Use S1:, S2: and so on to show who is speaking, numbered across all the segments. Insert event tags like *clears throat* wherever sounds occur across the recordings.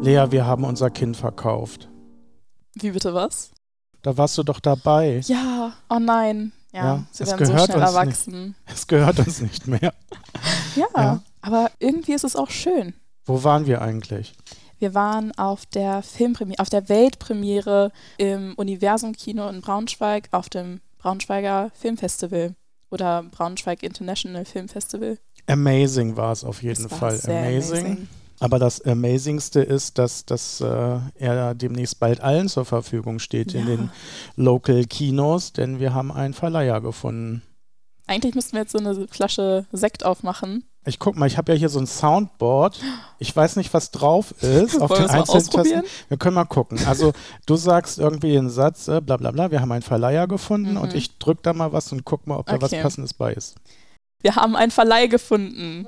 S1: Lea, wir haben unser Kind verkauft.
S2: Wie bitte was?
S1: Da warst du doch dabei.
S2: Ja, oh nein. Ja,
S1: Ja,
S2: sie
S1: es
S2: werden so
S1: gehört
S2: schnell
S1: uns nicht.
S2: erwachsen.
S1: Es gehört uns nicht mehr.
S2: *laughs* Ja,
S1: Ja.
S2: aber irgendwie ist es auch schön.
S1: Wo waren wir eigentlich?
S2: Wir waren auf der Filmpremiere, auf der Weltpremiere im Universum Kino in Braunschweig auf dem Braunschweiger Filmfestival oder Braunschweig International Film Festival.
S1: Amazing war es auf
S2: Das
S1: jeden
S2: war
S1: Fall.
S2: sehr
S1: Aber das Amazingste ist, dass, dass äh, er demnächst bald allen zur Verfügung steht in
S2: Ja.
S1: den Local Kinos, denn wir haben einen Verleiher gefunden.
S2: Eigentlich müssten wir jetzt so eine Flasche Sekt aufmachen.
S1: Ich guck mal, ich habe ja hier so ein Soundboard. Ich weiß nicht, was drauf ist. auf
S2: *laughs* Wollen
S1: den
S2: wir es mal
S1: einzelnen Tasten.
S2: ausprobieren?
S1: Wir können mal gucken. Also du sagst irgendwie den Satz, äh, bla bla bla, wir haben einen Verleiher gefunden
S2: Mhm.
S1: und ich drück da mal was und guck mal, ob da was
S2: Okay.
S1: passendes bei ist.
S2: Wir haben einen Verleih gefunden.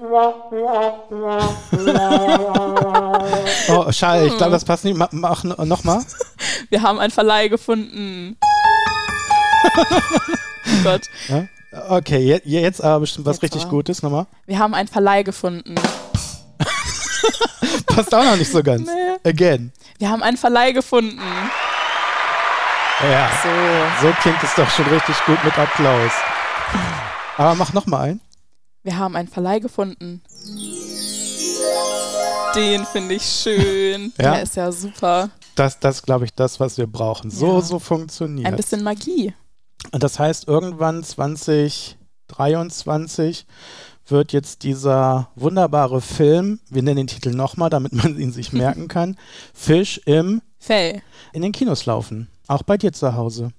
S1: Oh, schade, ich
S2: Hm.
S1: glaube, das passt nicht. Ma mach nochmal.
S2: Wir haben einen Verleih
S1: *laughs*
S2: gefunden. oh Gott.
S1: Okay, je jetzt aber bestimmt was
S2: Jetzt
S1: richtig
S2: aber.
S1: Gutes nochmal.
S2: Wir haben einen Verleih gefunden.
S1: *laughs* Passt auch noch nicht so ganz.
S2: Nee.
S1: Again.
S2: Wir haben einen Verleih gefunden.
S1: Ja,
S2: So.
S1: so klingt es doch schon richtig gut mit Applaus. Aber mach nochmal ein.
S2: Wir haben einen Verleih gefunden. Den finde ich schön.
S1: *laughs* Ja?
S2: Der ist ja super.
S1: Das, das glaube ich, das, was wir brauchen. So,
S2: Ja.
S1: so
S2: Ein
S1: funktioniert.
S2: bisschen Magie.
S1: Und das heißt, irgendwann 2023 wird jetzt dieser wunderbare Film, wir nennen den Titel nochmal, damit man ihn sich
S2: *laughs*
S1: merken kann, Fisch im,
S2: Fell.
S1: in den Kinos laufen. Auch bei dir zu Hause.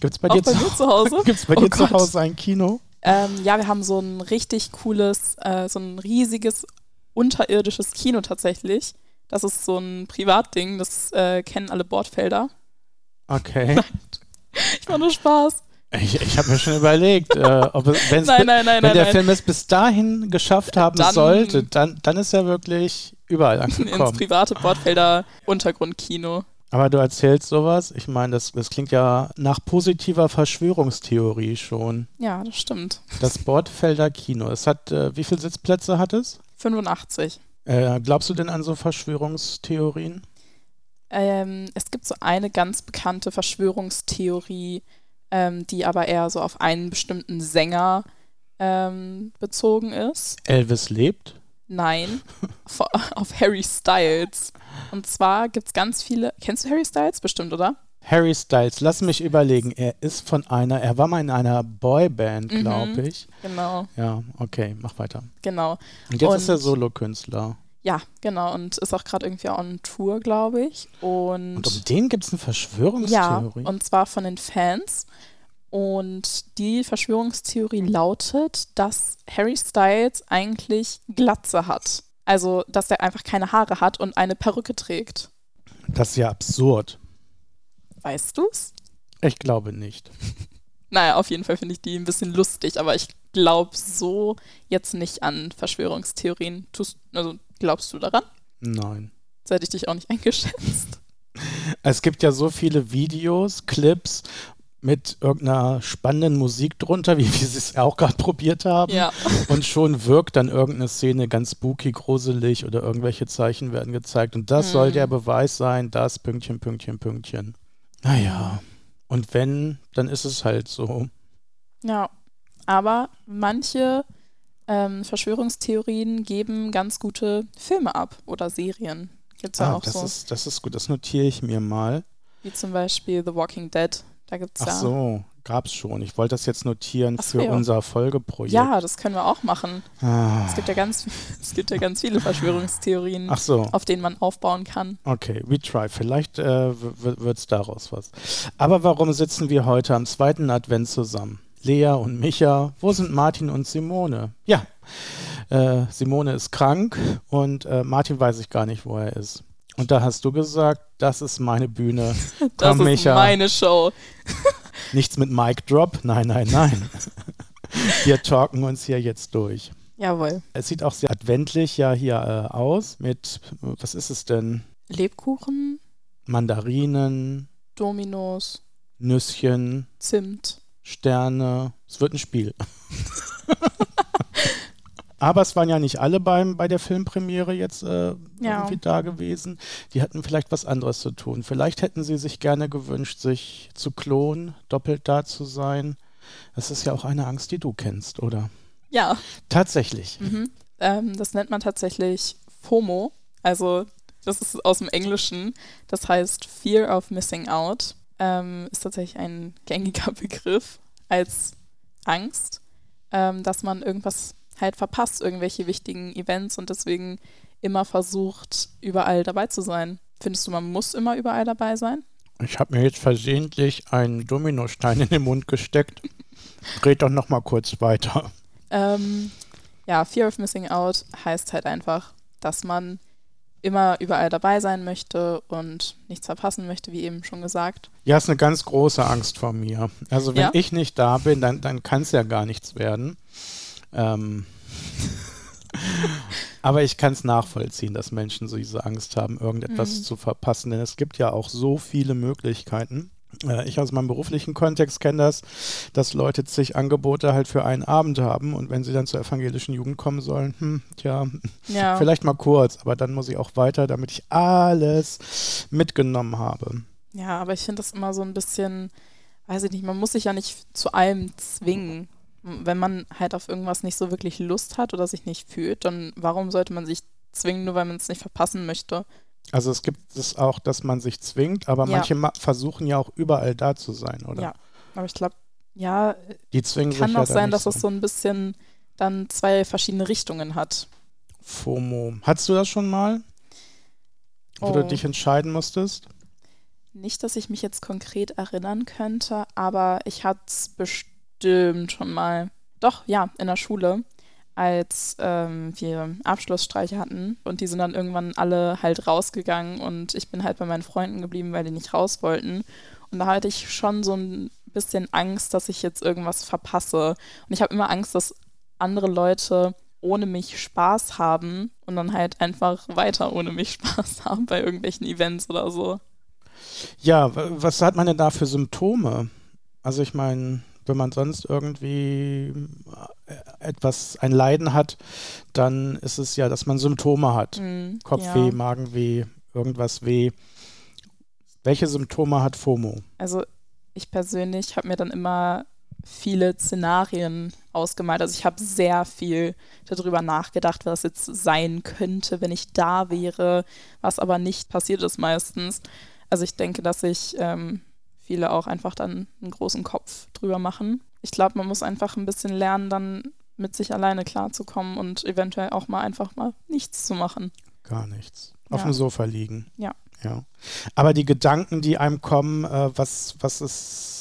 S1: Gibt's bei
S2: Auch
S1: dir
S2: bei
S1: zu
S2: mir zu Hause.
S1: *laughs* Gibt's bei
S2: Oh
S1: dir zu
S2: Gott.
S1: Hause ein Kino?
S2: Ähm, ja, wir haben so ein richtig cooles, äh, so ein riesiges unterirdisches Kino tatsächlich. Das ist so ein Privatding, das äh, kennen alle Bordfelder.
S1: Okay.
S2: Ich mache nur Spaß.
S1: Ich, ich habe mir schon überlegt, äh, ob es, wenn's,
S2: Nein, nein,
S1: wenn
S2: nein, nein.
S1: der
S2: nein.
S1: Film es bis dahin geschafft haben
S2: Dann-
S1: sollte, dann, dann ist er wirklich
S2: *laughs*
S1: überall
S2: Ins
S1: angekommen.
S2: private Bordfelder Untergrundkino.
S1: Aber du erzählst sowas, ich meine, das, das klingt ja nach positiver Verschwörungstheorie schon.
S2: Ja, das stimmt. *laughs*
S1: Das Bordfelder Kino, es hat, äh, wie viele Sitzplätze hat es?
S2: 85.
S1: Äh, glaubst du denn an so Verschwörungstheorien?
S2: Ähm, es gibt so eine ganz bekannte Verschwörungstheorie, ähm, die aber eher so auf einen bestimmten Sänger ähm, bezogen ist.
S1: Elvis lebt? *laughs*
S2: Nein, auf, auf Harry Styles. Und zwar gibt es ganz viele. Kennst du Harry Styles bestimmt, oder?
S1: Harry Styles, lass mich überlegen, er ist von einer, er war mal in einer Boyband, glaube
S2: Mhm.
S1: ich.
S2: Genau,
S1: Ja, okay, mach weiter.
S2: genau.
S1: Und jetzt
S2: Und-
S1: ist er Solokünstler.
S2: Ja, genau. Und ist auch gerade irgendwie on Tour, glaube ich. Und,
S1: Und um den gibt es eine
S2: ja, um
S1: Verschwörungstheorie.
S2: und zwar von den Fans. Und die Verschwörungstheorie lautet, dass Harry Styles eigentlich Glatze hat. Also, dass er einfach keine Haare hat und eine Perücke trägt.
S1: das ist ja absurd.
S2: Weißt du's?
S1: Ich glaube nicht.
S2: Naja, auf jeden Fall finde ich die ein bisschen lustig, aber ich glaube so jetzt nicht an Verschwörungstheorien. Tust, also glaubst du daran?
S1: Nein.
S2: Jetzt hätte ich dich auch nicht *laughs* eingeschätzt.
S1: Es gibt ja so viele Videos, Clips mit irgendeiner spannenden Musik drunter, wie wir es auch gerade probiert haben.
S2: Ja,
S1: Und schon wirkt dann irgendeine Szene ganz spooky, gruselig oder irgendwelche Zeichen werden gezeigt. Und das
S2: Mhm.
S1: soll der Beweis sein, das Pünktchen, Pünktchen, Pünktchen. Naja. Und wenn, dann ist es halt so.
S2: ja. Aber manche ähm, Verschwörungstheorien geben ganz gute Filme ab oder Serien. Gibt's ja
S1: Ah,
S2: auch
S1: das,
S2: so.
S1: ist, das ist gut, das notiere ich mir mal.
S2: Wie zum Beispiel The Walking Dead. Da gibt's
S1: Ach
S2: ja.
S1: so, gab's schon. Ich wollte das jetzt notieren
S2: Ach so,
S1: für
S2: ja.
S1: unser Folgeprojekt.
S2: Ja, das können wir auch machen.
S1: Ah.
S2: Es gibt ja ganz, *laughs* es gibt ja ganz viele Verschwörungstheorien,
S1: Ach Oh, so,
S2: auf denen man aufbauen kann.
S1: okay, we try. Vielleicht äh, wird es daraus was. Aber warum sitzen wir heute am zweiten Advent zusammen? Lea und Micha, wo sind Martin und Simone? Ja, äh, Simone ist krank und äh, Martin weiß ich gar nicht, wo er ist. Und da hast du gesagt, das ist meine Bühne.
S2: *laughs* Das
S1: Komm,
S2: ist
S1: Micha.
S2: meine Show.
S1: Nichts mit Mic Drop. Nein, nein,
S2: *laughs*
S1: nein. Wir talken uns hier jetzt durch.
S2: Jawohl.
S1: Es sieht auch sehr adventlich ja hier äh, aus mit, äh, was ist es denn?
S2: Lebkuchen,
S1: Mandarinen,
S2: Dominos,
S1: Nüsschen,
S2: Zimt.
S1: Sterne. Es wird ein Spiel. *laughs* Aber es waren ja nicht alle beim, bei der Filmpremiere jetzt äh, irgendwie da gewesen. Die hatten vielleicht was anderes zu tun. Vielleicht hätten sie sich gerne gewünscht, sich zu klonen, doppelt da zu sein. Das ist ja auch eine Angst, die du kennst, oder?
S2: Ja,
S1: Tatsächlich.
S2: mhm. ähm, das nennt man tatsächlich FOMO. Also das ist aus dem Englischen. Das heißt Fear of Missing Out. Ähm, ist tatsächlich ein gängiger *laughs* Begriff als Angst, ähm, dass man irgendwas halt verpasst, irgendwelche wichtigen Events und deswegen immer versucht, überall dabei zu sein. Findest du, man muss immer überall dabei sein?
S1: Ich habe mir jetzt versehentlich einen Dominostein in den Mund gesteckt. Red doch noch mal kurz weiter.
S2: Ähm, ja, Fear of Missing Out heißt halt einfach, dass man immer überall dabei sein möchte und nichts verpassen möchte, wie eben schon gesagt.
S1: Ja, ist eine ganz große Angst vor mir. Also wenn
S2: Ja?
S1: ich nicht da bin, dann, dann kann es ja gar nichts werden. Ähm. *laughs* Aber ich kann es nachvollziehen, dass Menschen so diese Angst haben, irgendetwas
S2: Mhm.
S1: zu verpassen, denn es gibt ja auch so viele Möglichkeiten. Äh, Ich aus meinem beruflichen Kontext kenne das, dass Leute sich Angebote halt für einen Abend haben und wenn sie dann zur evangelischen Jugend kommen sollen, hm, tja,
S2: Ja,
S1: vielleicht mal kurz, aber dann muss ich auch weiter, damit ich alles mitgenommen habe.
S2: ja aber ich finde das immer so ein bisschen, weiß ich nicht, man muss sich ja nicht zu allem zwingen. M- Wenn man halt auf irgendwas nicht so wirklich Lust hat oder sich nicht fühlt, dann warum sollte man sich zwingen, nur weil man es nicht verpassen möchte?
S1: Also es gibt es auch, dass man sich zwingt, aber
S2: Ja.
S1: manche ma versuchen ja auch überall da zu sein, oder?
S2: Ja. Aber ich glaube, ja,
S1: Die zwingen sich
S2: kann
S1: ja
S2: auch
S1: dann
S2: sein,
S1: nicht
S2: dass
S1: so.
S2: es so ein bisschen dann zwei verschiedene Richtungen hat.
S1: FOMO. Hattest du das schon mal? Wo du
S2: Oh.
S1: dich entscheiden musstest?
S2: Nicht, dass ich mich jetzt konkret erinnern könnte, aber ich hatte es bestimmt schon mal. Doch, ja, in der Schule, als ähm, wir Abschlussstreiche hatten und die sind dann irgendwann alle halt rausgegangen und ich bin halt bei meinen Freunden geblieben, weil die nicht raus wollten. Und da hatte ich schon so ein bisschen Angst, dass ich jetzt irgendwas verpasse. Und ich habe immer Angst, dass andere Leute ohne mich Spaß haben und dann halt einfach weiter ohne mich *laughs* Spaß haben bei irgendwelchen Events oder so.
S1: Ja, w- was hat man denn da für Symptome? Also ich meine, wenn man sonst irgendwie äh, etwas, ein Leiden hat, dann ist es ja, dass man Symptome hat.
S2: Mm,
S1: Kopfweh,
S2: ja.
S1: Magenweh, irgendwas weh. Welche Symptome hat FOMO?
S2: Also ich persönlich habe mir dann immer viele Szenarien ausgemalt. Also ich habe sehr viel darüber nachgedacht, was jetzt sein könnte, wenn ich da wäre, was aber nicht passiert ist meistens. Also ich denke, dass sich ähm, viele auch einfach dann einen großen Kopf drüber machen. Ich glaube, man muss einfach ein bisschen lernen, dann mit sich alleine klarzukommen und eventuell auch mal einfach mal nichts zu machen.
S1: Gar nichts. Auf
S2: Ja.
S1: dem Sofa liegen.
S2: Ja.
S1: ja. Aber die Gedanken, die einem kommen, äh, was, was ist,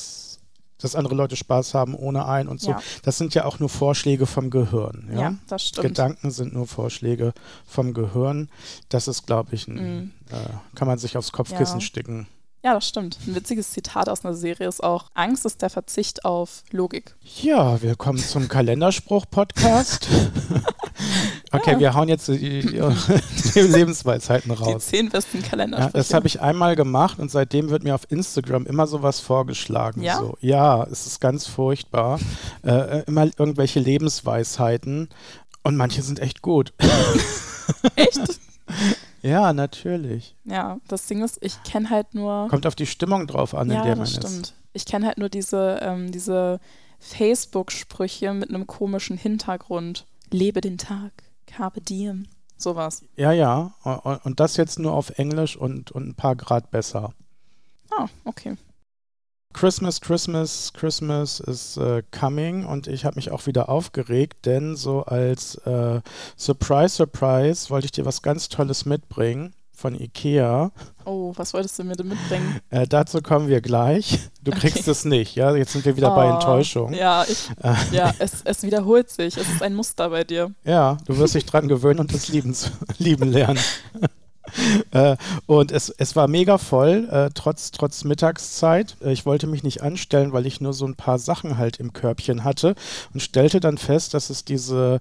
S1: dass andere Leute Spaß haben ohne ein und so,
S2: Ja.
S1: das sind ja auch nur Vorschläge vom Gehirn. Ja.
S2: Ja, das stimmt.
S1: Gedanken sind nur Vorschläge vom Gehirn. Das ist, glaube ich, ein, äh, kann man sich aufs Kopfkissen
S2: Mhm. Ja.
S1: sticken.
S2: Ja, das stimmt. Ein witziges Zitat aus einer Serie ist auch, Angst ist der Verzicht auf Logik.
S1: Ja, willkommen zum
S2: *laughs*
S1: Kalenderspruch-Podcast. okay,
S2: Ja.
S1: wir hauen jetzt die, die Lebensweisheiten
S2: Die
S1: raus.
S2: zehn besten
S1: Ja,
S2: Kalendersprüche.
S1: das habe ich einmal gemacht und seitdem wird mir auf Instagram immer sowas vorgeschlagen.
S2: Ja?
S1: So. ja es ist ganz
S2: *laughs*
S1: furchtbar. Äh, immer irgendwelche Lebensweisheiten und manche sind echt gut.
S2: *laughs* Echt?
S1: *laughs* Ja, natürlich.
S2: Ja, das Ding ist, ich kenne halt nur...
S1: Kommt auf die Stimmung drauf an, in
S2: ja,
S1: der man
S2: das
S1: ist.
S2: stimmt. Ich kenne halt nur diese, ähm, diese Facebook-Sprüche mit einem komischen Hintergrund. Lebe den Tag, Carpe Diem, sowas.
S1: Ja, ja. Und, und das jetzt nur auf Englisch und, und ein paar Grad besser.
S2: Ah, okay.
S1: Christmas, Christmas, Christmas is äh, coming und ich habe mich auch wieder aufgeregt, denn so als äh, Surprise, Surprise wollte ich dir was ganz Tolles mitbringen von Ikea.
S2: Oh, was wolltest du mir denn mitbringen?
S1: Äh, dazu kommen wir gleich. Du kriegst
S2: Okay.
S1: es nicht, ja? Jetzt sind wir wieder bei
S2: Oh,
S1: Enttäuschung.
S2: Ja, ich,
S1: *laughs* Äh,
S2: ja es, es wiederholt sich. Es ist ein Muster bei dir.
S1: Ja, du wirst dich dran gewöhnen und es lieben, zu- *laughs* lieben lernen. Äh, Und es, es war mega voll, äh, trotz, trotz Mittagszeit. Äh, Ich wollte mich nicht anstellen, weil ich nur so ein paar Sachen halt im Körbchen hatte und stellte dann fest, dass es diese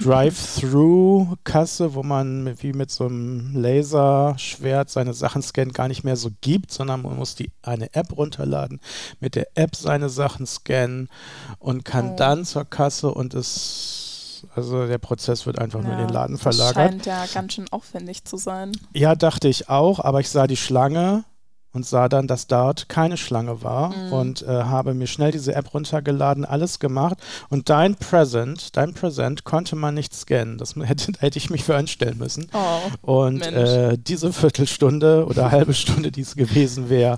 S1: Drive-Through-Kasse, wo man mit, wie mit so einem Laserschwert seine Sachen scannt, gar nicht mehr so gibt, sondern man muss die eine App runterladen, mit der App seine Sachen scannen und kann
S2: Oh.
S1: dann zur Kasse und es Prozess. Also der Prozess wird einfach nur in den Laden
S2: Das
S1: verlagert.
S2: scheint ja ganz schön aufwendig zu sein.
S1: Ja, dachte ich auch, aber ich sah die Schlange und sah dann, dass dort keine Schlange war
S2: Mhm.
S1: und äh, habe mir schnell diese App runtergeladen, alles gemacht und dein Present, dein Present konnte man nicht scannen. Das *laughs* hätte, hätte ich mich für anstellen müssen.
S2: Oh.
S1: Und
S2: Mensch.
S1: äh, diese Viertelstunde oder halbe Stunde, die es gewesen wäre,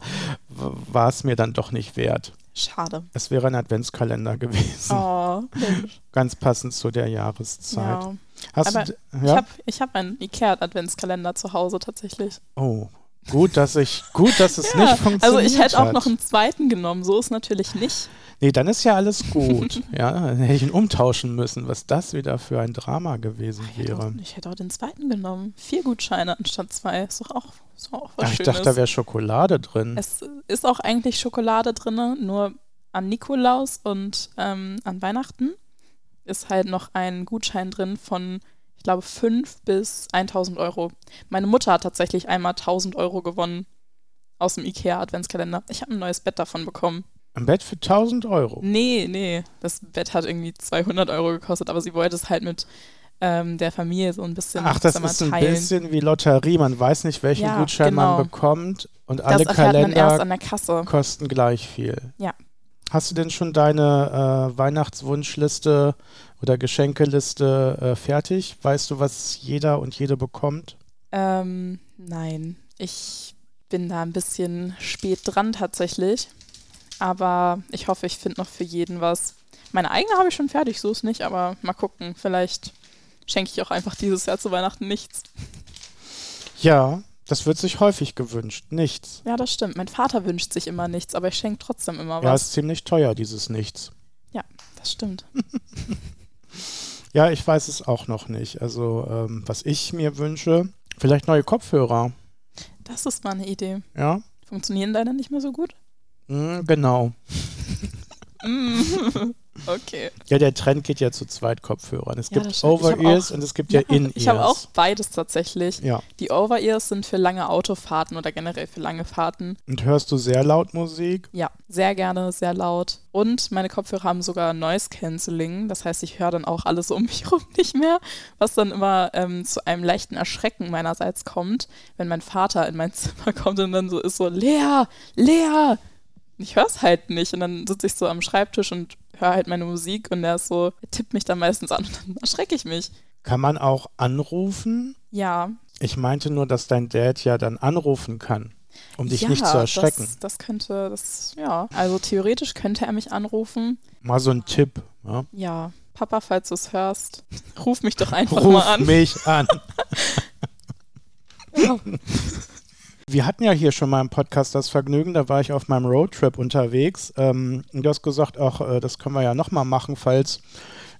S1: w- war es mir dann doch nicht wert.
S2: Schade.
S1: Es wäre ein Adventskalender gewesen, *laughs*
S2: Oh, Mensch.
S1: ganz passend zu der Jahreszeit.
S2: Ja.
S1: Hast
S2: Aber
S1: du, d-
S2: Ich habe ich hab einen IKEA-Adventskalender zu Hause tatsächlich.
S1: Oh, gut, dass ich, gut, dass es
S2: Ja,
S1: nicht funktioniert
S2: also ich hätte
S1: hat.
S2: auch noch einen zweiten genommen, so ist natürlich nicht.
S1: Nee, dann ist ja alles gut. *laughs* ja, dann hätte ich ihn umtauschen müssen, was das wieder für ein Drama gewesen
S2: Ich hätte, auch,
S1: wäre.
S2: ich hätte auch den zweiten genommen. Vier Gutscheine anstatt zwei. Ist doch auch, ist doch auch was
S1: Ach, ich
S2: Schönes.
S1: dachte, da wäre Schokolade drin.
S2: es ist auch eigentlich Schokolade drin, nur an Nikolaus und ähm, an Weihnachten ist halt noch ein Gutschein drin von, ich glaube, 5 bis 1000 Euro. Meine Mutter hat tatsächlich einmal 1000 Euro gewonnen aus dem IKEA-Adventskalender. Ich habe ein neues Bett davon bekommen.
S1: Ein Bett für 1000 Euro.
S2: Nee, nee. Das Bett hat irgendwie 200 Euro gekostet, aber sie wollte es halt mit ähm, der Familie so ein bisschen
S1: Ach, das
S2: sag mal,
S1: ist ein bisschen wie Lotterie. Man weiß nicht, welchen
S2: Ja,
S1: Gutschein
S2: genau.
S1: man bekommt und
S2: Das
S1: alle
S2: erfährt man erst
S1: Kalender
S2: an der Kasse.
S1: kosten gleich viel.
S2: Ja.
S1: Hast du denn schon deine äh, Weihnachtswunschliste oder Geschenkeliste äh, fertig? Weißt du, was jeder und jede bekommt?
S2: Ähm, nein, ich bin da ein bisschen spät dran tatsächlich. Aber ich hoffe, ich finde noch für jeden was. Meine eigene habe ich schon fertig, so ist nicht, aber mal gucken. Vielleicht schenke ich auch einfach dieses Jahr zu Weihnachten nichts.
S1: Ja, das wird sich häufig gewünscht. Nichts.
S2: Ja, das stimmt. Mein Vater wünscht sich immer nichts, aber ich schenke trotzdem immer
S1: Ja,
S2: was.
S1: ist ziemlich teuer, dieses Nichts.
S2: Das stimmt.
S1: Ja, ich weiß es auch noch nicht. Also, ähm, was ich mir wünsche, vielleicht neue Kopfhörer.
S2: Das ist mal eine Idee.
S1: Ja,
S2: Funktionieren deine nicht mehr so gut?
S1: mm, genau.
S2: Mm. okay.
S1: Ja, der Trend geht ja zu Zweitkopfhörern. Es
S2: Ja, das
S1: gibt
S2: stimmt. Ich hab
S1: Over-Ears und es gibt ja, In-Ears.
S2: ich habe auch beides tatsächlich.
S1: Ja.
S2: Die Over-Ears sind für lange Autofahrten oder generell für lange Fahrten.
S1: Und hörst du sehr laut Musik?
S2: Ja, sehr gerne, sehr laut. Und meine Kopfhörer haben sogar Noise Cancelling. Das heißt, ich höre dann auch alles um *laughs* mich herum nicht mehr, was dann immer ähm, zu einem leichten Erschrecken meinerseits kommt, wenn mein Vater in mein *laughs* Zimmer kommt und dann so ist so, Lea, Lea. Und Ich höre es halt nicht. Und dann sitze ich so am Schreibtisch und höre halt meine Musik und der ist so, er tippt mich dann meistens an und dann *laughs* erschrecke ich mich.
S1: Kann man auch anrufen?
S2: Ja.
S1: Ich meinte nur, dass dein Dad ja dann anrufen kann, um dich
S2: ja,
S1: nicht zu erschrecken.
S2: Das, das könnte, das, ja. Also theoretisch könnte er mich anrufen.
S1: Mal so ein Tipp. Ja?
S2: Ja, Papa, falls du es hörst, *laughs* ruf mich doch einfach
S1: Ruf
S2: mal an.
S1: mich
S2: *laughs*
S1: an.
S2: Ja.
S1: Wir hatten ja hier schon mal im Podcast das Vergnügen, da war ich auf meinem Roadtrip unterwegs. Ähm, und du hast gesagt, ach, äh, das können wir ja nochmal machen, falls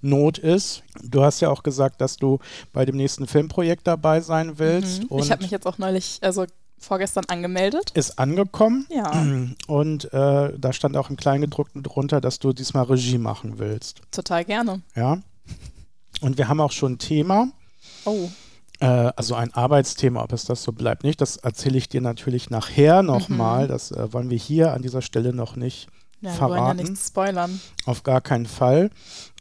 S1: Not ist. Du hast ja auch gesagt, dass du bei dem nächsten Filmprojekt dabei sein willst
S2: Mhm. Ich habe mich
S1: und
S2: jetzt auch neulich, also vorgestern angemeldet.
S1: ist angekommen. *clears throat*
S2: Ja,
S1: Und äh, da stand auch im Kleingedruckten drunter, dass du diesmal Regie machen willst.
S2: total gerne.
S1: Ja. Und wir haben auch schon ein Thema.
S2: Oh,
S1: Äh, also ein Arbeitsthema, ob es das so bleibt, nicht. Das erzähle ich dir natürlich nachher nochmal. Das äh, wollen wir hier an dieser Stelle noch nicht.
S2: ja, wir wollen ja
S1: Verraten?
S2: nichts spoilern.
S1: Auf gar keinen Fall.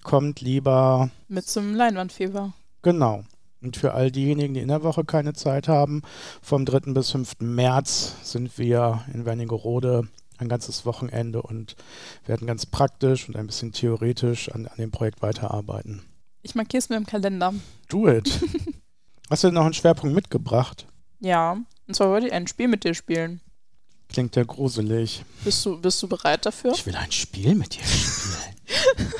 S1: Kommt lieber,
S2: Mit zum Leinwandfieber.
S1: genau. Und für all diejenigen, die in der Woche keine Zeit haben, vom 3. bis 5. März sind wir in Wernigerode ein ganzes Wochenende und werden ganz praktisch und ein bisschen theoretisch an, an dem Projekt weiterarbeiten.
S2: Ich markiere es mir im Kalender.
S1: Do *laughs* it. Hast du denn noch einen Schwerpunkt mitgebracht?
S2: Ja, und zwar wollte ich ein Spiel mit dir spielen.
S1: Klingt ja gruselig.
S2: Bist du, bist du bereit dafür?
S1: Ich will ein Spiel mit dir spielen.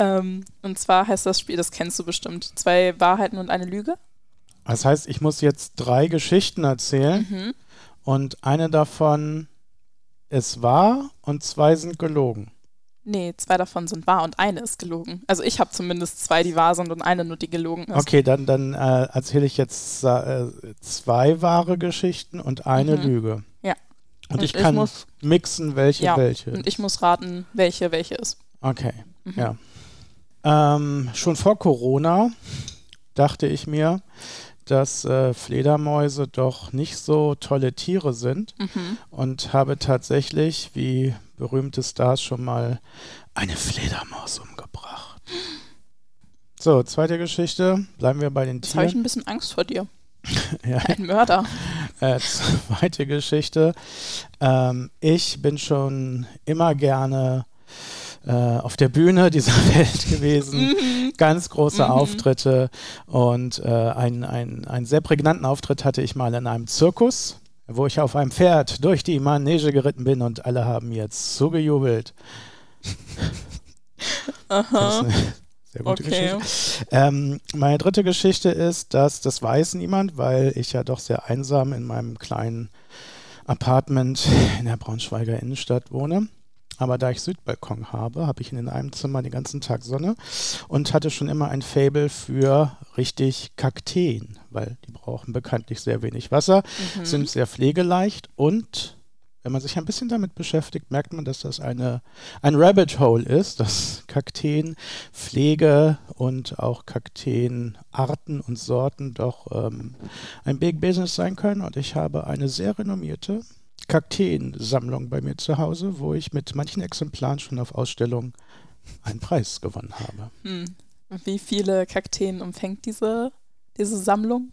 S2: Ähm, und zwar heißt das Spiel, das kennst du bestimmt, zwei Wahrheiten und eine Lüge.
S1: Das heißt, ich muss jetzt drei Geschichten erzählen
S2: Mhm.
S1: und eine davon ist wahr und zwei sind gelogen.
S2: Nee, zwei davon sind wahr und eine ist gelogen. Also ich habe zumindest zwei, die wahr sind und eine nur, die gelogen ist.
S1: Okay, dann, dann äh, erzähle ich jetzt äh, zwei wahre Geschichten und eine
S2: Mhm.
S1: Lüge.
S2: Ja.
S1: Und,
S2: Und
S1: ich
S2: ich
S1: kann
S2: muss-
S1: mixen, welche
S2: Ja,
S1: welche.
S2: Und ich muss raten, welche welche ist. Mhm.
S1: Okay, ja. Ähm, schon vor Corona dachte ich mir, dass äh, Fledermäuse doch nicht so tolle Tiere sind.
S2: Mhm.
S1: und habe tatsächlich, wie berühmte Stars schon mal, eine Fledermaus umgebracht. So, zweite Geschichte. Bleiben wir bei den
S2: Jetzt habe ich
S1: Tieren.
S2: ein bisschen Angst vor dir.
S1: Ja.
S2: Ein Mörder.
S1: Äh, *laughs* zweite Geschichte. Ähm, ich bin schon immer gerne äh, auf der Bühne dieser *laughs* Welt gewesen. Ganz große Auftritte und äh, einen ein, einen sehr prägnanten Auftritt hatte ich mal in einem Zirkus, wo ich auf einem Pferd durch die Manege geritten bin und alle haben mir zugejubelt. Das
S2: Aha.
S1: ist eine sehr gute
S2: Okay.
S1: Geschichte. Ähm, meine dritte Geschichte ist, dass das weiß niemand, weil ich ja doch sehr einsam in meinem kleinen Apartment in der Braunschweiger Innenstadt wohne. Aber da ich Südbalkon habe, habe ich in einem Zimmer den ganzen Tag Sonne und hatte schon immer ein Faible für richtig Kakteen, weil die brauchen bekanntlich sehr wenig Wasser, sind sehr pflegeleicht und wenn man sich ein bisschen damit beschäftigt, merkt man, dass das eine, ein Rabbit Hole ist, dass Kakteen Pflege und auch Kakteenarten und Sorten doch ähm, ein Big Business sein können. Und ich habe eine sehr renommierte Kakteensammlung bei mir zu Hause, wo ich mit manchen Exemplaren schon auf Ausstellung einen Preis gewonnen habe.
S2: Hm. Wie viele Kakteen umfängt diese, diese Sammlung?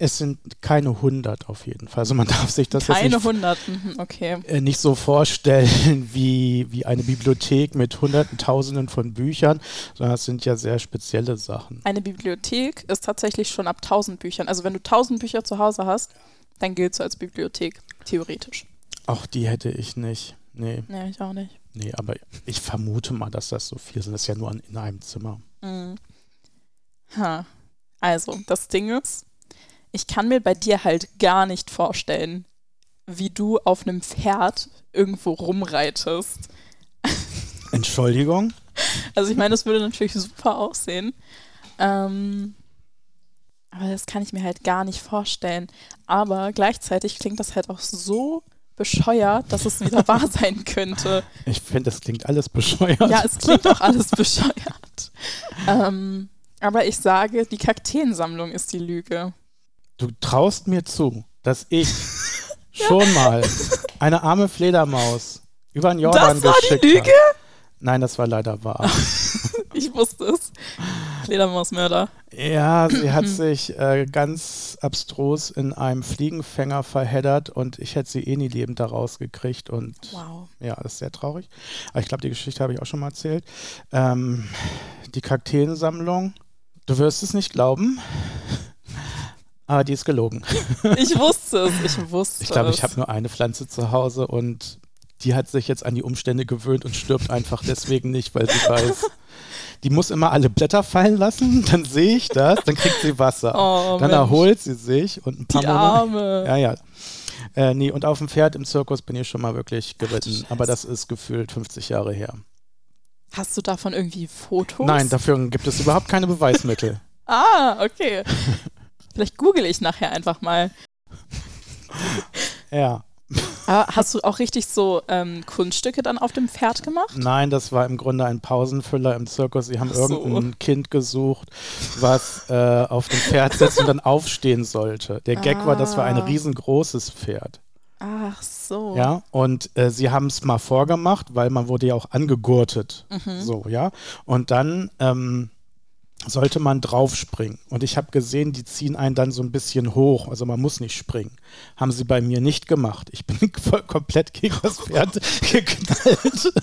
S1: Es sind keine 100 auf jeden Fall. Also man darf sich das jetzt
S2: Keine
S1: nicht,
S2: hundert. Mhm, okay.
S1: äh, nicht so vorstellen *laughs* wie, wie eine Bibliothek mit Hunderten, Tausenden von Büchern, sondern es sind ja sehr spezielle Sachen.
S2: Eine Bibliothek ist tatsächlich schon ab 1000 Büchern. Also wenn du 1000 Bücher zu Hause hast, dann giltst du als Bibliothek, theoretisch.
S1: Auch die hätte ich nicht. Nee.
S2: Nee, ich auch nicht.
S1: Nee, aber ich vermute mal, dass das so viel sind. Das ist ja nur an, in einem Zimmer.
S2: Mhm. Ha. Also, das Ding ist, ich kann mir bei dir halt gar nicht vorstellen, wie du auf einem Pferd irgendwo rumreitest.
S1: Entschuldigung?
S2: Also ich meine, das würde natürlich super aussehen. Ähm, aber das kann ich mir halt gar nicht vorstellen. Aber gleichzeitig klingt das halt auch so bescheuert, dass es wieder wahr sein könnte.
S1: Ich finde, das klingt alles bescheuert.
S2: Ja, es klingt auch alles bescheuert. Ähm, aber ich sage, die Kakteensammlung ist die Lüge.
S1: Du traust mir zu, dass *laughs* ich schon mal eine arme Fledermaus über den Jordan
S2: Das war die
S1: geschickt
S2: Lüge?
S1: habe. Nein, das war leider wahr.
S2: Ich wusste es. Fledermausmörder.
S1: Ja, sie hat sich äh, ganz abstrus in einem Fliegenfänger verheddert und ich hätte sie eh nie lebend da rausgekriegt und
S2: Wow.
S1: Ja, das ist sehr traurig. Aber ich glaube, die Geschichte habe ich auch schon mal erzählt. Ähm, die Kakteensammlung, du wirst es nicht glauben, *laughs* aber die ist gelogen.
S2: Ich wusste es. Ich wusste
S1: Ich glaube,
S2: es.
S1: ich habe nur eine Pflanze zu Hause und die hat sich jetzt an die Umstände gewöhnt und stirbt einfach deswegen nicht, weil sie
S2: *laughs*
S1: weiß, die muss immer alle Blätter fallen lassen, dann sehe ich das, dann kriegt sie Wasser.
S2: Oh,
S1: dann
S2: Mensch.
S1: erholt sie sich und ein paar
S2: Die
S1: Monate.
S2: Arme.
S1: ne? Ja, ja. Äh, nee, und auf dem Pferd im Zirkus bin ich schon mal wirklich geritten,
S2: Scheiße.
S1: aber das ist gefühlt 50 Jahre her.
S2: Hast du davon irgendwie Fotos?
S1: Nein, dafür gibt es überhaupt keine
S2: *laughs*
S1: Beweismittel. *laughs*
S2: Ah, okay. Vielleicht google ich nachher einfach mal.
S1: ja.
S2: Aber hast du auch richtig so ähm, Kunststücke dann auf dem Pferd gemacht?
S1: Nein, das war im Grunde ein Pausenfüller im Zirkus. Sie haben
S2: Ach so.
S1: irgendein Kind gesucht, was äh, auf dem Pferd sitzt und dann aufstehen sollte. Der Gag war, das war ein
S2: Ah.
S1: riesengroßes Pferd.
S2: Ach so.
S1: Ja, und äh, sie haben es mal vorgemacht, weil man wurde ja auch angegurtet.
S2: Mhm.
S1: So, ja. Und dann ähm, sollte man draufspringen. Und ich habe gesehen, die ziehen einen dann so ein bisschen hoch. Also man muss nicht springen. Haben sie bei mir nicht gemacht. Ich bin *laughs* voll komplett gegen das Pferd geknallt.
S2: *laughs*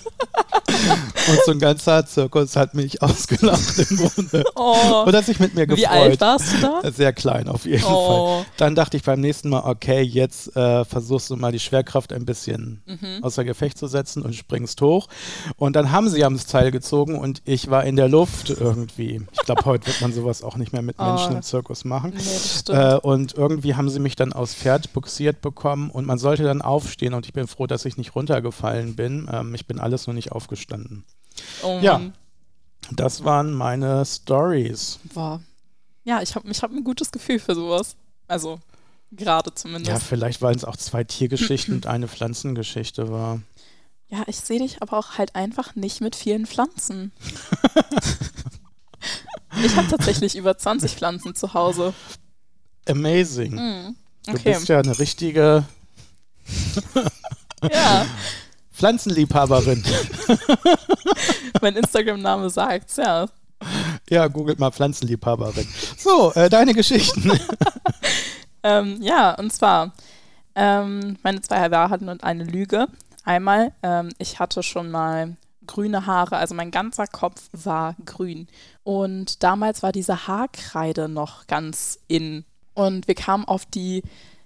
S1: Und so ein ganzer Zirkus hat mich ausgelacht im Grunde.
S2: Oh,
S1: *laughs* Und hat sich mit mir gefreut. Äh,
S2: wie alt warst du da?
S1: Sehr klein auf jeden
S2: Oh.
S1: Fall. Dann dachte ich beim nächsten Mal, okay, jetzt äh, versuchst du mal die Schwerkraft ein bisschen
S2: Mhm.
S1: außer Gefecht zu setzen und springst hoch. Und dann haben sie am Teil gezogen und ich war in der Luft irgendwie. Ich glaube, heute wird man sowas auch nicht mehr mit Menschen
S2: *laughs* Oh.
S1: im Zirkus machen.
S2: Nee, das stimmt.
S1: Äh, und irgendwie haben sie mich dann aufs Pferd buxiert bekommen und man sollte dann aufstehen und ich bin froh, dass ich nicht runtergefallen bin. Ähm, ich bin alles nur nicht aufgestanden.
S2: oh
S1: ja.
S2: Mann.
S1: Das waren meine Stories.
S2: Boah. Ja, ich habe ich hab ein gutes Gefühl für sowas. Also, gerade
S1: Ja,
S2: zumindest.
S1: vielleicht, weil es auch zwei *laughs* Tiergeschichten und eine Pflanzengeschichte war.
S2: Ja, ich sehe dich aber auch halt einfach nicht mit vielen Pflanzen. ich habe tatsächlich über 20 Pflanzen zu Hause.
S1: Amazing.
S2: Hm.
S1: Du
S2: Okay.
S1: bist ja eine richtige
S2: ja.
S1: *laughs* Pflanzenliebhaberin.
S2: Mein Instagram-Name sagt's, ja.
S1: Ja, googelt mal Pflanzenliebhaberin. So, äh, deine Geschichten.
S2: Ähm, ja, und zwar ähm, meine zwei Wahrheiten und eine Lüge. Einmal, ähm, ich hatte schon mal grüne Haare, also mein ganzer Kopf war grün. Und damals war diese Haarkreide noch ganz in. Und wir kamen auf die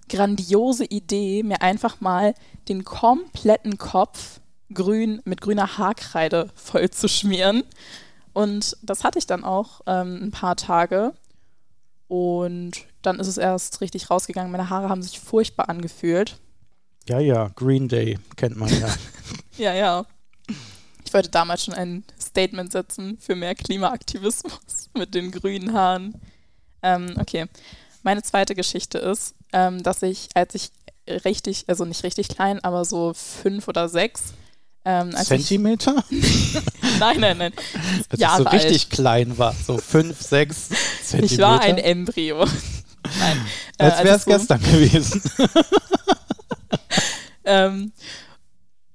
S2: grandiose Idee, mir einfach mal den kompletten Kopf grün mit grüner Haarkreide voll zu schmieren. Und das hatte ich dann auch ähm, ein paar Tage. Und dann ist es erst richtig rausgegangen. Meine Haare haben sich furchtbar angefühlt.
S1: Ja, ja, Green Day kennt man *laughs* ja.
S2: Ja, ja. Ich wollte damals schon ein Statement setzen für mehr Klimaaktivismus *laughs* mit den grünen Haaren. Ähm, okay. Meine zweite Geschichte ist, ähm, dass ich, als ich richtig, also nicht richtig klein, aber so fünf oder sechs, ähm,
S1: *laughs*
S2: als
S1: Zentimeter?
S2: ich, *laughs* nein, nein, nein,
S1: Als ich
S2: Jahre
S1: so richtig
S2: alt.
S1: klein war, so fünf, sechs *laughs* Zentimeter.
S2: Ich war
S1: äh,
S2: ein Embryo. *laughs* nein. Äh,
S1: Als wäre es
S2: ich so-
S1: gestern gewesen. *laughs*
S2: Ähm,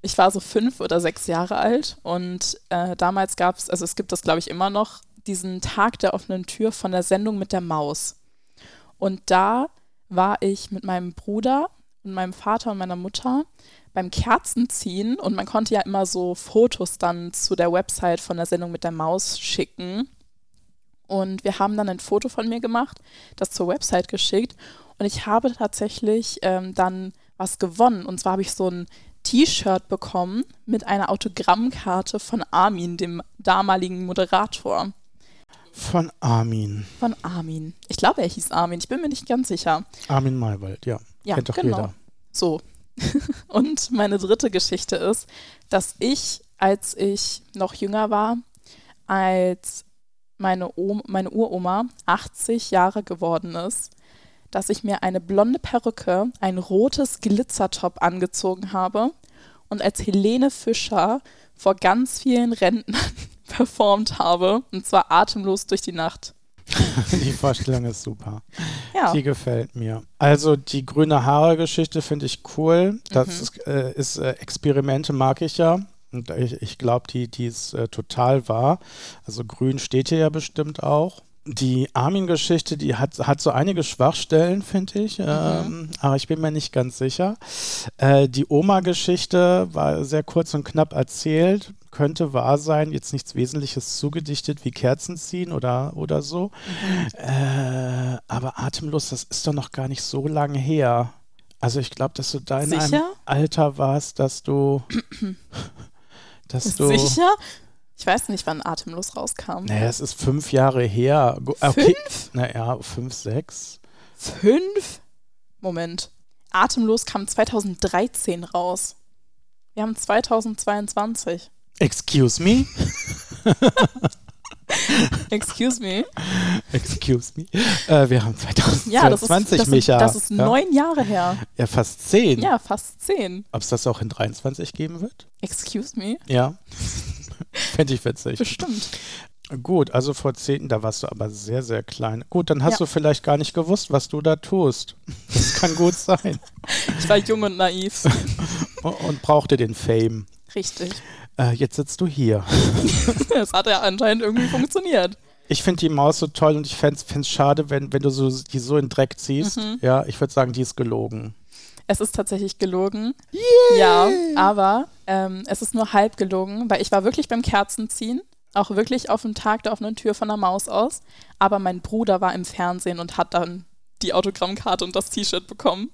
S2: ich war so fünf oder sechs Jahre alt und äh, damals gab es, also es gibt das glaube ich immer noch, diesen Tag der offenen Tür von der Sendung mit der Maus. Und da war ich mit meinem Bruder und meinem Vater und meiner Mutter beim Kerzenziehen und man konnte ja immer so Fotos dann zu der Website von der Sendung mit der Maus schicken. Und wir haben dann ein Foto von mir gemacht, das zur Website geschickt und ich habe tatsächlich ähm, dann was gewonnen. Und zwar habe ich so ein T-Shirt bekommen mit einer Autogrammkarte von Armin, dem damaligen Moderator.
S1: Von Armin.
S2: Von Armin. Ich glaube, er hieß Armin. Ich bin mir nicht ganz sicher.
S1: Armin Maywald, ja.
S2: Ja,
S1: Kennt doch
S2: genau.
S1: jeder. *laughs*
S2: So. *laughs* Und meine dritte Geschichte ist, dass ich, als ich noch jünger war, als meine, Oma, meine Uroma 80 Jahre geworden ist, dass ich mir eine blonde Perücke, ein rotes Glitzertop angezogen habe und als Helene Fischer vor ganz vielen Rentnern *laughs* performt habe, und zwar atemlos durch die Nacht.
S1: Die Vorstellung ist super.
S2: Ja,
S1: Die gefällt mir. Also die grüne Haare-Geschichte finde ich cool. Das
S2: Mhm.
S1: ist, äh, ist äh, Experimente mag ich ja. Und ich, ich glaube, die, die ist äh, total wahr. Also grün steht hier ja bestimmt auch. Die Armin-Geschichte, die hat, hat so einige Schwachstellen, finde ich.
S2: Mhm.
S1: Ähm, aber ich bin mir nicht ganz sicher. Äh, die Oma-Geschichte war sehr kurz und knapp erzählt. Könnte wahr sein, jetzt nichts Wesentliches zugedichtet wie Kerzen ziehen oder, oder so. Äh, aber atemlos, das ist doch noch gar nicht so lange her. Also ich glaube, dass du da in einem
S2: Sicher?
S1: Alter warst, dass
S2: *clears throat*
S1: du, dass du,
S2: sicher? Ich weiß nicht, wann atemlos rauskam.
S1: naja, es ist fünf Jahre her. Gu- äh, Okay.
S2: Fünf?
S1: Naja, fünf, sechs.
S2: Fünf? Moment. Atemlos kam 2013 raus. Wir haben 2022.
S1: Excuse me?
S2: *laughs* Excuse me.
S1: Excuse me. Äh, wir haben 2020,
S2: Ja, das ist, das
S1: Micha.
S2: sind, das ist
S1: ja?
S2: neun Jahre her.
S1: Ja, fast zehn.
S2: Ja, fast zehn.
S1: Ob es das auch in 23 geben wird?
S2: Excuse me.
S1: Ja. *laughs* Fände ich witzig.
S2: Bestimmt.
S1: Gut, also vor 10, da warst du aber sehr, sehr klein. Gut, dann hast
S2: Ja.
S1: du vielleicht gar nicht gewusst, was du da tust. Das kann gut
S2: *laughs*
S1: sein.
S2: Ich war jung und naiv.
S1: O- Und brauchte den Fame.
S2: *laughs* Richtig. *laughs*
S1: Äh, jetzt sitzt du hier.
S2: Das hat ja anscheinend irgendwie funktioniert.
S1: Ich finde die Maus so toll und ich fände es schade, wenn, wenn du so, die so in den Dreck ziehst.
S2: Mhm.
S1: Ja, ich würde sagen, die ist gelogen.
S2: Es ist tatsächlich gelogen. Ja, aber ähm, es ist nur halb gelogen, weil ich war wirklich beim Kerzenziehen, auch wirklich auf dem Tag der offenen Tür von der Maus aus. Aber mein Bruder war im Fernsehen und hat dann die Autogrammkarte und das T-Shirt bekommen.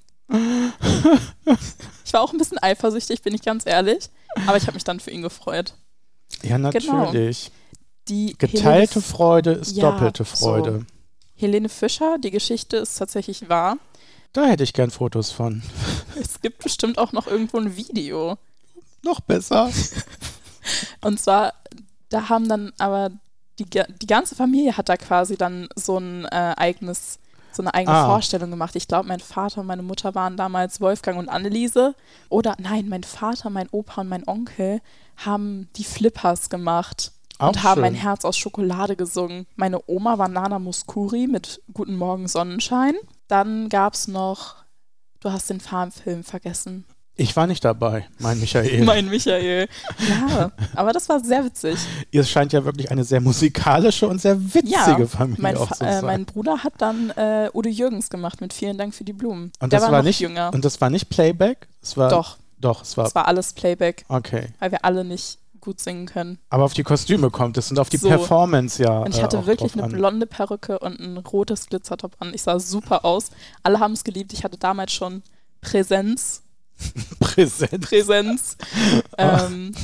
S2: ich war auch ein bisschen eifersüchtig, bin ich ganz ehrlich. Aber ich habe mich dann für ihn gefreut.
S1: Ja, natürlich.
S2: Die
S1: Geteilte
S2: Helene,
S1: Freude ist
S2: genau. Ja,
S1: doppelte
S2: so.
S1: Freude.
S2: Helene Fischer, die Geschichte ist tatsächlich wahr.
S1: Da hätte ich gern Fotos von.
S2: Es gibt bestimmt auch noch irgendwo ein Video.
S1: Noch besser.
S2: Und zwar, da haben dann aber die, ga- die ganze Familie hat da quasi dann so ein äh, eigenes, so eine eigene
S1: Ah.
S2: Vorstellung gemacht. Ich glaube, mein Vater und meine Mutter waren damals Wolfgang und Anneliese. Oder nein, mein Vater, mein Opa und mein Onkel haben die Flippers gemacht
S1: Auch
S2: und haben
S1: schön.
S2: ein Herz aus Schokolade gesungen. Meine Oma war Nana Muskuri mit Guten Morgen Sonnenschein. Dann gab es noch, du hast den Farmfilm vergessen.
S1: Ich war nicht dabei, mein Michael.
S2: *laughs* Mein Michael. Ja, aber das war sehr witzig.
S1: Ihr scheint ja wirklich eine sehr musikalische und sehr witzige
S2: Ja,
S1: Familie
S2: mein,
S1: auch
S2: Fa-
S1: zu
S2: äh,
S1: sein.
S2: mein Bruder hat dann äh, Udo Jürgens gemacht mit Vielen Dank für die Blumen.
S1: und
S2: Der
S1: das
S2: war,
S1: war
S2: noch
S1: nicht
S2: jünger.
S1: Und das war nicht Playback? Es war,
S2: Doch,
S1: Doch, es war.
S2: es war alles Playback,
S1: okay.
S2: weil wir alle nicht gut singen können.
S1: Aber auf die Kostüme kommt es und auf die
S2: So.
S1: Performance ja.
S2: Und ich
S1: äh,
S2: hatte
S1: auch
S2: wirklich
S1: drauf
S2: eine
S1: an.
S2: blonde Perücke und ein rotes Glitzertop an. Ich sah super aus. Alle haben es geliebt. Ich hatte damals schon Präsenz.
S1: *laughs* Präsenz. *laughs*
S2: Präsenz. ähm,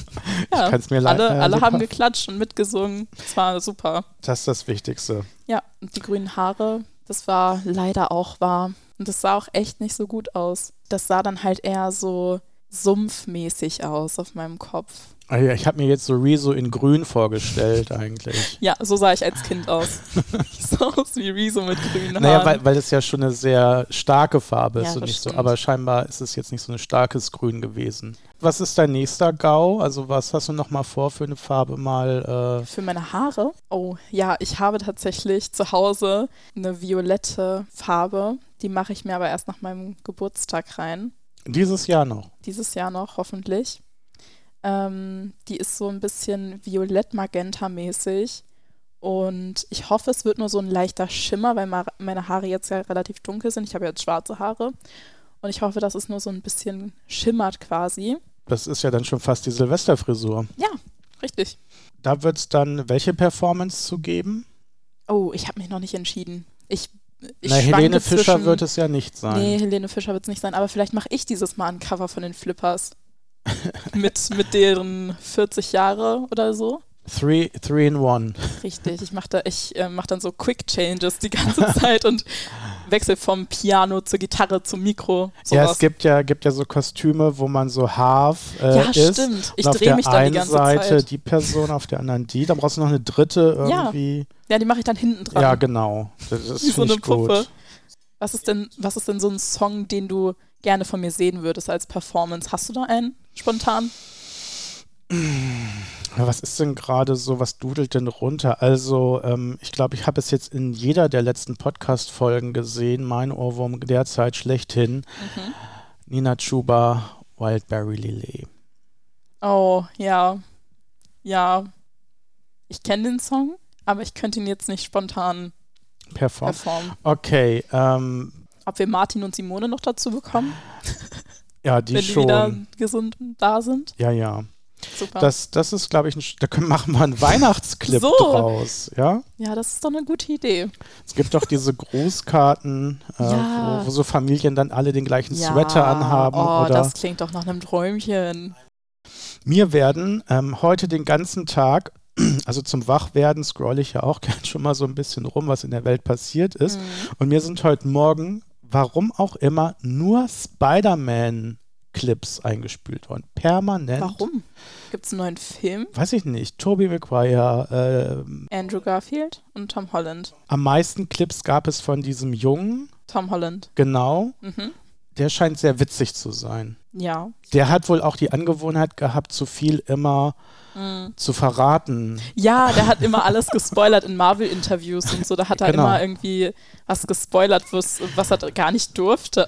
S2: ja,
S1: kann's mir leid-
S2: alle,
S1: äh,
S2: alle
S1: super.
S2: haben geklatscht und mitgesungen. Es war super.
S1: Das ist das Wichtigste.
S2: Ja, und die grünen Haare, das war leider auch wahr. Und das sah auch echt nicht so gut aus. Das sah dann halt eher so sumpfmäßig aus auf meinem Kopf.
S1: Ah ja, Ich habe mir jetzt so Rezo in grün vorgestellt eigentlich.
S2: Ja, so sah ich als
S1: *laughs*
S2: Kind aus. ich sah aus wie Riso mit grünen Haaren.
S1: Naja, weil, weil es ja schon eine sehr starke Farbe ist
S2: Ja,
S1: und
S2: das
S1: nicht so.
S2: stimmt.
S1: Aber scheinbar ist es jetzt nicht so ein starkes Grün gewesen. Was ist dein nächster GAU? Also was hast du nochmal vor für eine Farbe mal?
S2: Für meine Haare? Oh, ja, ich habe tatsächlich zu Hause eine violette Farbe. Die mache ich mir aber erst nach meinem Geburtstag rein.
S1: Äh, dieses Jahr noch.
S2: Dieses Jahr noch, hoffentlich. Ähm, die ist so ein bisschen violett-magenta-mäßig. Und ich hoffe, es wird nur so ein leichter Schimmer, weil ma- meine Haare jetzt ja relativ dunkel sind. Ich habe jetzt schwarze Haare. Und ich hoffe, dass es nur so ein bisschen schimmert quasi.
S1: Das ist ja dann schon fast die Silvesterfrisur.
S2: Ja, richtig.
S1: Da wird es dann welche Performance zu geben?
S2: Oh, ich habe mich noch nicht entschieden. Ich, ich
S1: Na,
S2: schwanke
S1: Helene Fischer
S2: zwischen-
S1: wird es ja nicht sein.
S2: Nee, Helene Fischer wird es nicht sein, aber vielleicht mache ich dieses Mal ein Cover von
S1: *laughs*
S2: den Flippers. mit, mit deren 40 Jahre oder so.
S1: Three, three in one.
S2: Richtig, ich mache da, ich, äh, mach dann so Quick Changes die ganze *laughs* Zeit und wechsle vom Piano zur Gitarre zum Mikro.
S1: ja,
S2: Sowas.
S1: es gibt ja, gibt ja so Kostüme, wo man so half äh,
S2: Ja,
S1: ist.
S2: stimmt. Ich
S1: und auf
S2: drehe
S1: der
S2: mich dann
S1: einen
S2: die ganze
S1: Seite
S2: Zeit.
S1: die Person, auf der anderen die. Da brauchst du noch eine dritte
S2: Ja,
S1: irgendwie.
S2: Ja, die mache ich dann hinten
S1: Ja,
S2: dran.
S1: genau. Das ist
S2: Wie so eine
S1: ich
S2: Puppe.
S1: gut.
S2: Was ist denn, was ist denn so ein Song, den du gerne von mir sehen würdest als Performance? Hast du da einen spontan?
S1: Aber Was ist denn gerade so, was dudelt denn runter? Also, ähm, ich glaube, ich habe es jetzt in jeder der letzten Podcast-Folgen gesehen. Mein Ohrwurm derzeit schlechthin. Nina Chuba, Wildberry Lillet.
S2: Oh, ja. Ja. Ich kenne den Song, aber ich könnte ihn jetzt nicht spontan
S1: Perform.
S2: performen.
S1: Okay, ähm,
S2: Ob wir Martin und Simone noch dazu bekommen,
S1: ja, die
S2: wenn die wieder
S1: schon.
S2: gesund da sind?
S1: Ja, ja.
S2: Super.
S1: Das, das ist, glaube ich, ein, Sch- da können, machen wir einen Weihnachtsclip
S2: So.
S1: draus. Ja?
S2: ja, das ist doch eine gute Idee.
S1: Es gibt doch diese Grußkarten, äh,
S2: Ja.
S1: wo, wo so Familien dann alle den gleichen
S2: ja.
S1: Sweater anhaben.
S2: Oh,
S1: oder
S2: das klingt doch nach einem Träumchen.
S1: Mir werden ähm, heute den ganzen Tag, *clears throat* also zum Wachwerden scrolle ich ja auch *laughs* gern schon mal so ein bisschen rum, was in der Welt passiert ist.
S2: Mhm.
S1: Und mir sind heute Morgen, warum auch immer, nur Spider-Man-Clips eingespült worden. Permanent.
S2: Warum? Gibt es einen neuen Film?
S1: Weiß ich nicht. Tobey Maguire. ähm,
S2: Andrew Garfield und Tom Holland.
S1: am meisten Clips gab es von diesem Jungen.
S2: Tom Holland.
S1: Genau.
S2: Mhm.
S1: Der scheint sehr witzig zu sein.
S2: Ja.
S1: Der hat wohl auch die Angewohnheit gehabt, zu viel immer
S2: Mhm.
S1: zu verraten.
S2: Ja, der hat immer alles gespoilert in Marvel-Interviews und so. Da hat er
S1: Genau.
S2: immer irgendwie was gespoilert, was, was er gar nicht durfte.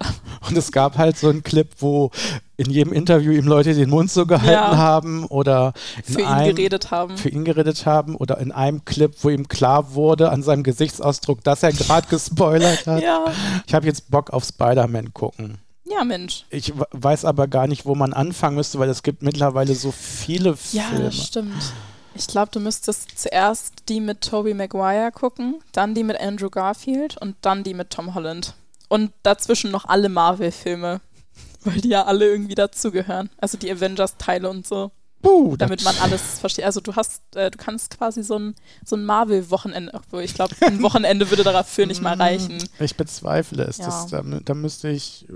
S1: Und es gab halt so einen Clip, wo in jedem Interview ihm Leute den Mund so gehalten
S2: Ja.
S1: haben oder in
S2: für ihn
S1: einem,
S2: geredet haben.
S1: für ihn geredet haben oder in einem Clip, wo ihm klar wurde an seinem Gesichtsausdruck, dass er gerade *laughs* gespoilert hat.
S2: Ja.
S1: Ich habe jetzt Bock auf Spider-Man gucken.
S2: ja, Mensch.
S1: Ich we- weiß aber gar nicht, wo man anfangen müsste, weil es gibt mittlerweile so viele
S2: Ja,
S1: Filme.
S2: stimmt. Ich glaube, du müsstest zuerst die mit Tobey Maguire gucken, dann die mit Andrew Garfield und dann die mit Tom Holland. Und dazwischen noch alle Marvel-Filme, *laughs* weil die ja alle irgendwie dazugehören. Also die Avengers-Teile und so,
S1: Puh, da-
S2: damit man alles versteht. Also du hast, äh, du kannst quasi so ein, so ein Marvel-Wochenende, obwohl ich glaube, ein Wochenende würde dafür nicht mal reichen.
S1: Ich bezweifle es.
S2: Ja.
S1: Das, da, mü- da müsste ich äh,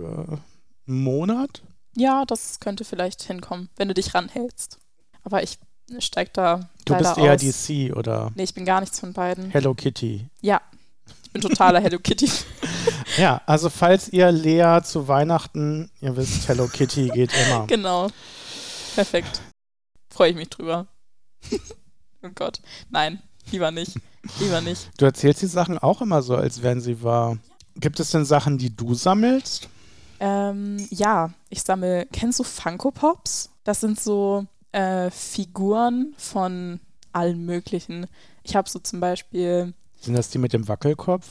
S1: einen Monat?
S2: Ja, das könnte vielleicht hinkommen, wenn du dich ranhältst. Aber ich steig da
S1: Du
S2: leider
S1: bist eher
S2: aus.
S1: DC oder
S2: Nee, ich bin gar nichts von beiden.
S1: Hello Kitty.
S2: Ich bin totaler Hello Kitty.
S1: Ja, also falls ihr Lea zu Weihnachten, ihr wisst, Hello Kitty geht immer.
S2: *laughs* genau. Perfekt. Freue ich mich *laughs* drüber. oh Gott. Nein, lieber nicht. Lieber nicht.
S1: Du erzählst die Sachen auch immer so, als wären sie wahr. Gibt es denn Sachen, die du sammelst?
S2: Ähm, ja, ich sammle. Kennst du Funko Pops? Das sind so äh, Figuren von allen möglichen. Ich habe so zum Beispiel,
S1: Sind das die mit dem Wackelkopf?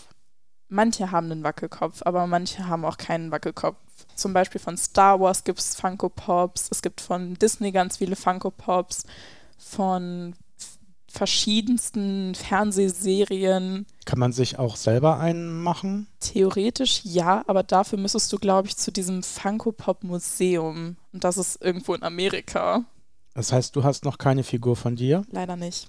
S2: manche haben einen Wackelkopf, aber manche haben auch keinen Wackelkopf. Zum Beispiel von Star Wars gibt es Funko Pops, es gibt von Disney ganz viele Funko Pops, von f- verschiedensten Fernsehserien.
S1: Kann man sich auch selber einen machen?
S2: Theoretisch ja, aber dafür müsstest du, glaube ich, zu diesem Funko Pop Museum. Und das ist irgendwo in Amerika.
S1: Das heißt, du hast noch keine Figur von dir
S2: Leider nicht.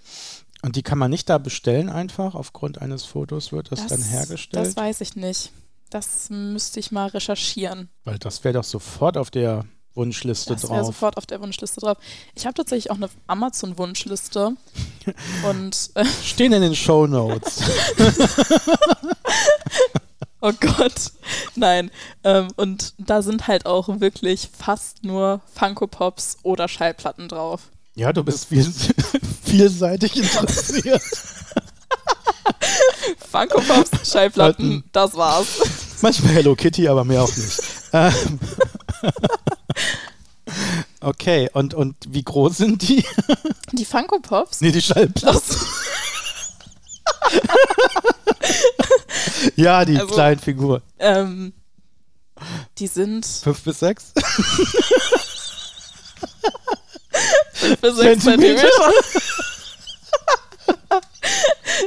S1: und die kann man nicht da bestellen einfach. Aufgrund eines Fotos wird das, dann
S2: Das
S1: hergestellt.
S2: weiß ich nicht. Das müsste ich mal recherchieren.
S1: weil das wäre doch sofort auf der Wunschliste
S2: Das wäre
S1: drauf.
S2: sofort auf der Wunschliste drauf. Ich habe tatsächlich auch eine
S1: *laughs*
S2: Amazon-Wunschliste. und, äh,
S1: Stehen in den Show
S2: *laughs*
S1: Notes.
S2: oh Gott, nein. Ähm, und da sind halt auch wirklich fast nur Funko Pops oder Schallplatten drauf.
S1: ja, du bist viel, *laughs*
S2: *laughs*
S1: vielseitig interessiert. *laughs*
S2: Funko Pops, Schallplatten, das war's.
S1: Manchmal Hello Kitty, aber mehr auch nicht. Ähm. Okay, und, und wie groß sind die?
S2: Die Funko
S1: *laughs*
S2: Pops?
S1: Nee, die Schallplatten.
S2: Das,
S1: Ja, die
S2: Also-
S1: kleinen Figuren.
S2: ähm,
S1: *laughs*
S2: die sind
S1: Fünf bis sechs
S2: für sechs
S1: Zentimeter.
S2: Zentimeter. *laughs*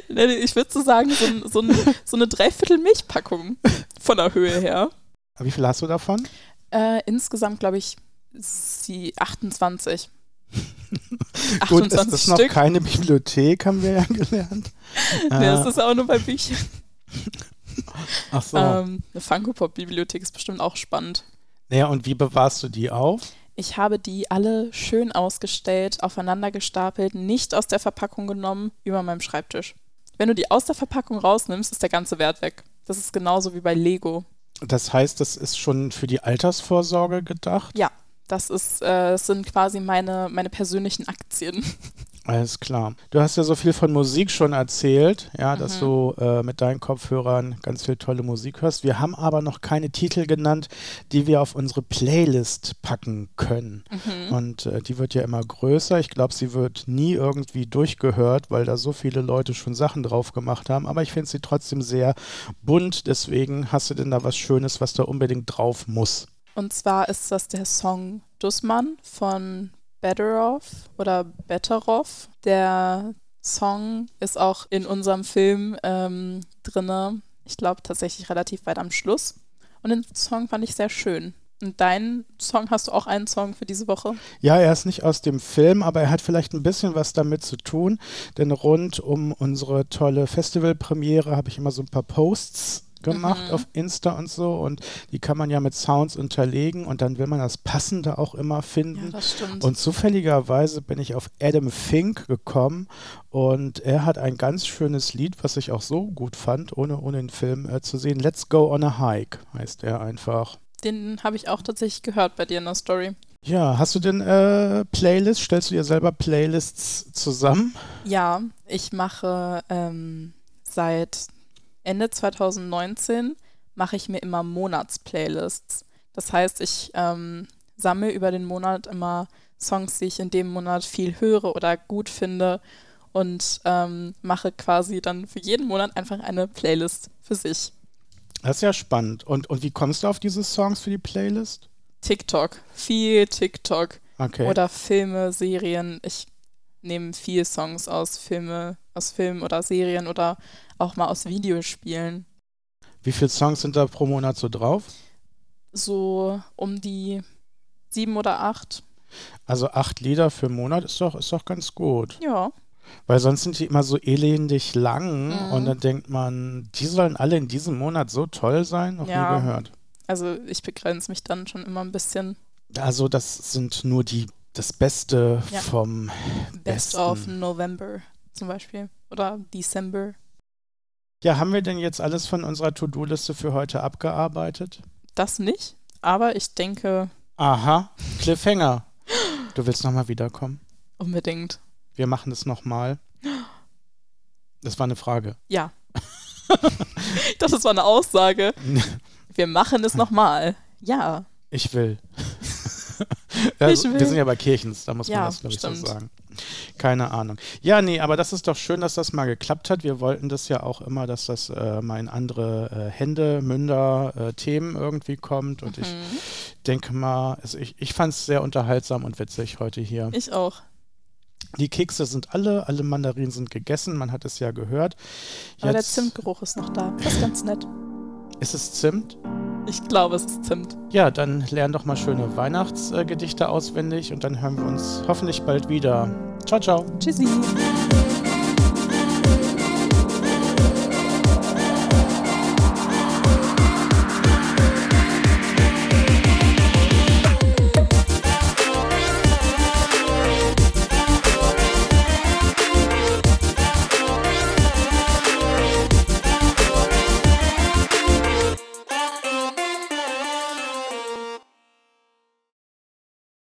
S2: Nee, nee, Ich würde so sagen, so, ein- so, ein, so eine Dreiviertel-Milchpackung von der Höhe her.
S1: Wie viel hast du davon?
S2: Äh, insgesamt, glaube ich, sie
S1: *laughs*
S2: 28.
S1: Gut, es ist noch
S2: Stück.
S1: keine Bibliothek, haben wir ja *laughs* gelernt.
S2: Nee,
S1: Äh,
S2: das ist auch nur bei Büchern.
S1: ach so.
S2: Ähm, eine Funko-Pop-Bibliothek ist bestimmt auch spannend.
S1: Naja, und wie bewahrst du die auf?
S2: Ich habe die alle schön ausgestellt, aufeinander gestapelt, nicht aus der Verpackung genommen, über meinem Schreibtisch. Wenn du die aus der Verpackung rausnimmst, ist der ganze Wert weg. Das ist genauso wie bei Lego.
S1: Das heißt, das ist schon für die Altersvorsorge gedacht.
S2: Ja, das ist, äh, das sind quasi meine, meine persönlichen Aktien.
S1: Alles klar. Du hast ja so viel von Musik schon erzählt, ja, dass
S2: Mhm.
S1: du äh, mit deinen Kopfhörern ganz viel tolle Musik hörst. Wir haben aber noch keine Titel genannt, die wir auf unsere Playlist packen können. Und äh, die wird ja immer größer. Ich glaube, sie wird nie irgendwie durchgehört, weil da so viele Leute schon Sachen drauf gemacht haben. Aber ich finde sie trotzdem sehr bunt. Deswegen hast du denn da was Schönes, was da unbedingt drauf muss?
S2: Und zwar ist das der Song Dussmann von Betteroff oder Betteroff. Der Song ist auch in unserem Film ähm, drinne. Ich glaube tatsächlich relativ weit am Schluss. Und den Song fand ich sehr schön. Und deinen Song hast du auch einen Song für diese Woche?
S1: Ja, er ist nicht aus dem Film, aber er hat vielleicht ein bisschen was damit zu tun, denn rund um unsere tolle Festivalpremiere habe ich immer so ein paar Posts gemacht
S2: Mhm.
S1: auf Insta und so und die kann man ja mit Sounds unterlegen und dann will man das Passende auch immer finden.
S2: das stimmt.
S1: Und zufälligerweise bin ich auf Adam Fink gekommen und er hat ein ganz schönes Lied, was ich auch so gut fand, ohne, ohne den Film äh, zu sehen. Let's Go on a Hike heißt er einfach.
S2: den habe ich auch tatsächlich gehört bei dir in der Story.
S1: Ja, hast du denn äh, Playlists? Stellst du dir selber Playlists zusammen?
S2: Ja, ich mache ähm, seit Ende 2019 mache ich mir immer Monatsplaylists. Das heißt, ich ähm, sammle über den Monat immer Songs, die ich in dem Monat viel höre oder gut finde und ähm, mache quasi dann für jeden Monat einfach eine Playlist für sich.
S1: Das ist ja spannend. Und, und wie kommst du auf diese Songs für die Playlist?
S2: TikTok, viel TikTok
S1: Okay.
S2: oder Filme, Serien. Ich nehme viel Songs aus Filme, aus Filmen oder Serien oder auch mal aus Videospielen.
S1: Wie viele Songs sind da pro Monat so drauf?
S2: so um die sieben oder acht.
S1: Also acht Lieder für einen Monat ist doch, ist doch ganz gut.
S2: Ja.
S1: Weil sonst sind die immer so elendig lang
S2: Mhm.
S1: und dann denkt man, die sollen alle in diesem Monat so toll sein, noch
S2: Ja.
S1: nie gehört.
S2: Also ich begrenze mich dann schon immer ein bisschen.
S1: Also das sind nur die das Beste
S2: Ja.
S1: vom
S2: Best
S1: Besten.
S2: of November zum Beispiel. Oder December.
S1: Ja, haben wir denn jetzt alles von unserer To-Do-Liste für heute abgearbeitet?
S2: Das nicht. Aber ich denke
S1: Aha, Cliffhanger. Du willst nochmal wiederkommen?
S2: unbedingt. *laughs*
S1: Wir machen es nochmal. Das war eine Frage. *laughs*
S2: Ja. Ich dachte, das war eine Aussage. Wir machen es nochmal. Ja,
S1: Ich
S2: *laughs*
S1: will. also,
S2: will.
S1: Wir sind ja bei Kirchens, da muss
S2: Ja,
S1: man das, glaube ich, so
S2: stimmt.
S1: sagen. Keine Ahnung. Ja, nee, aber das ist doch schön, dass das mal geklappt hat. Wir wollten das ja auch immer, dass das äh, mal in andere äh, Hände, Münder, äh, Themen irgendwie kommt.
S2: Mhm.
S1: Und ich
S2: Hm.
S1: denke mal, also ich, ich fand es sehr unterhaltsam und witzig heute hier.
S2: ich auch.
S1: Die Kekse sind alle, alle Mandarinen sind gegessen, man hat es ja gehört.
S2: Aber der
S1: Jetzt-
S2: Zimtgeruch ist noch da. Das ist ganz nett.
S1: Ist es Zimt?
S2: Ich glaube, es ist Zimt.
S1: Ja, dann lern doch mal schöne Weihnachtsgedichte auswendig und dann hören wir uns hoffentlich bald wieder. Ciao, ciao.
S2: Tschüssi.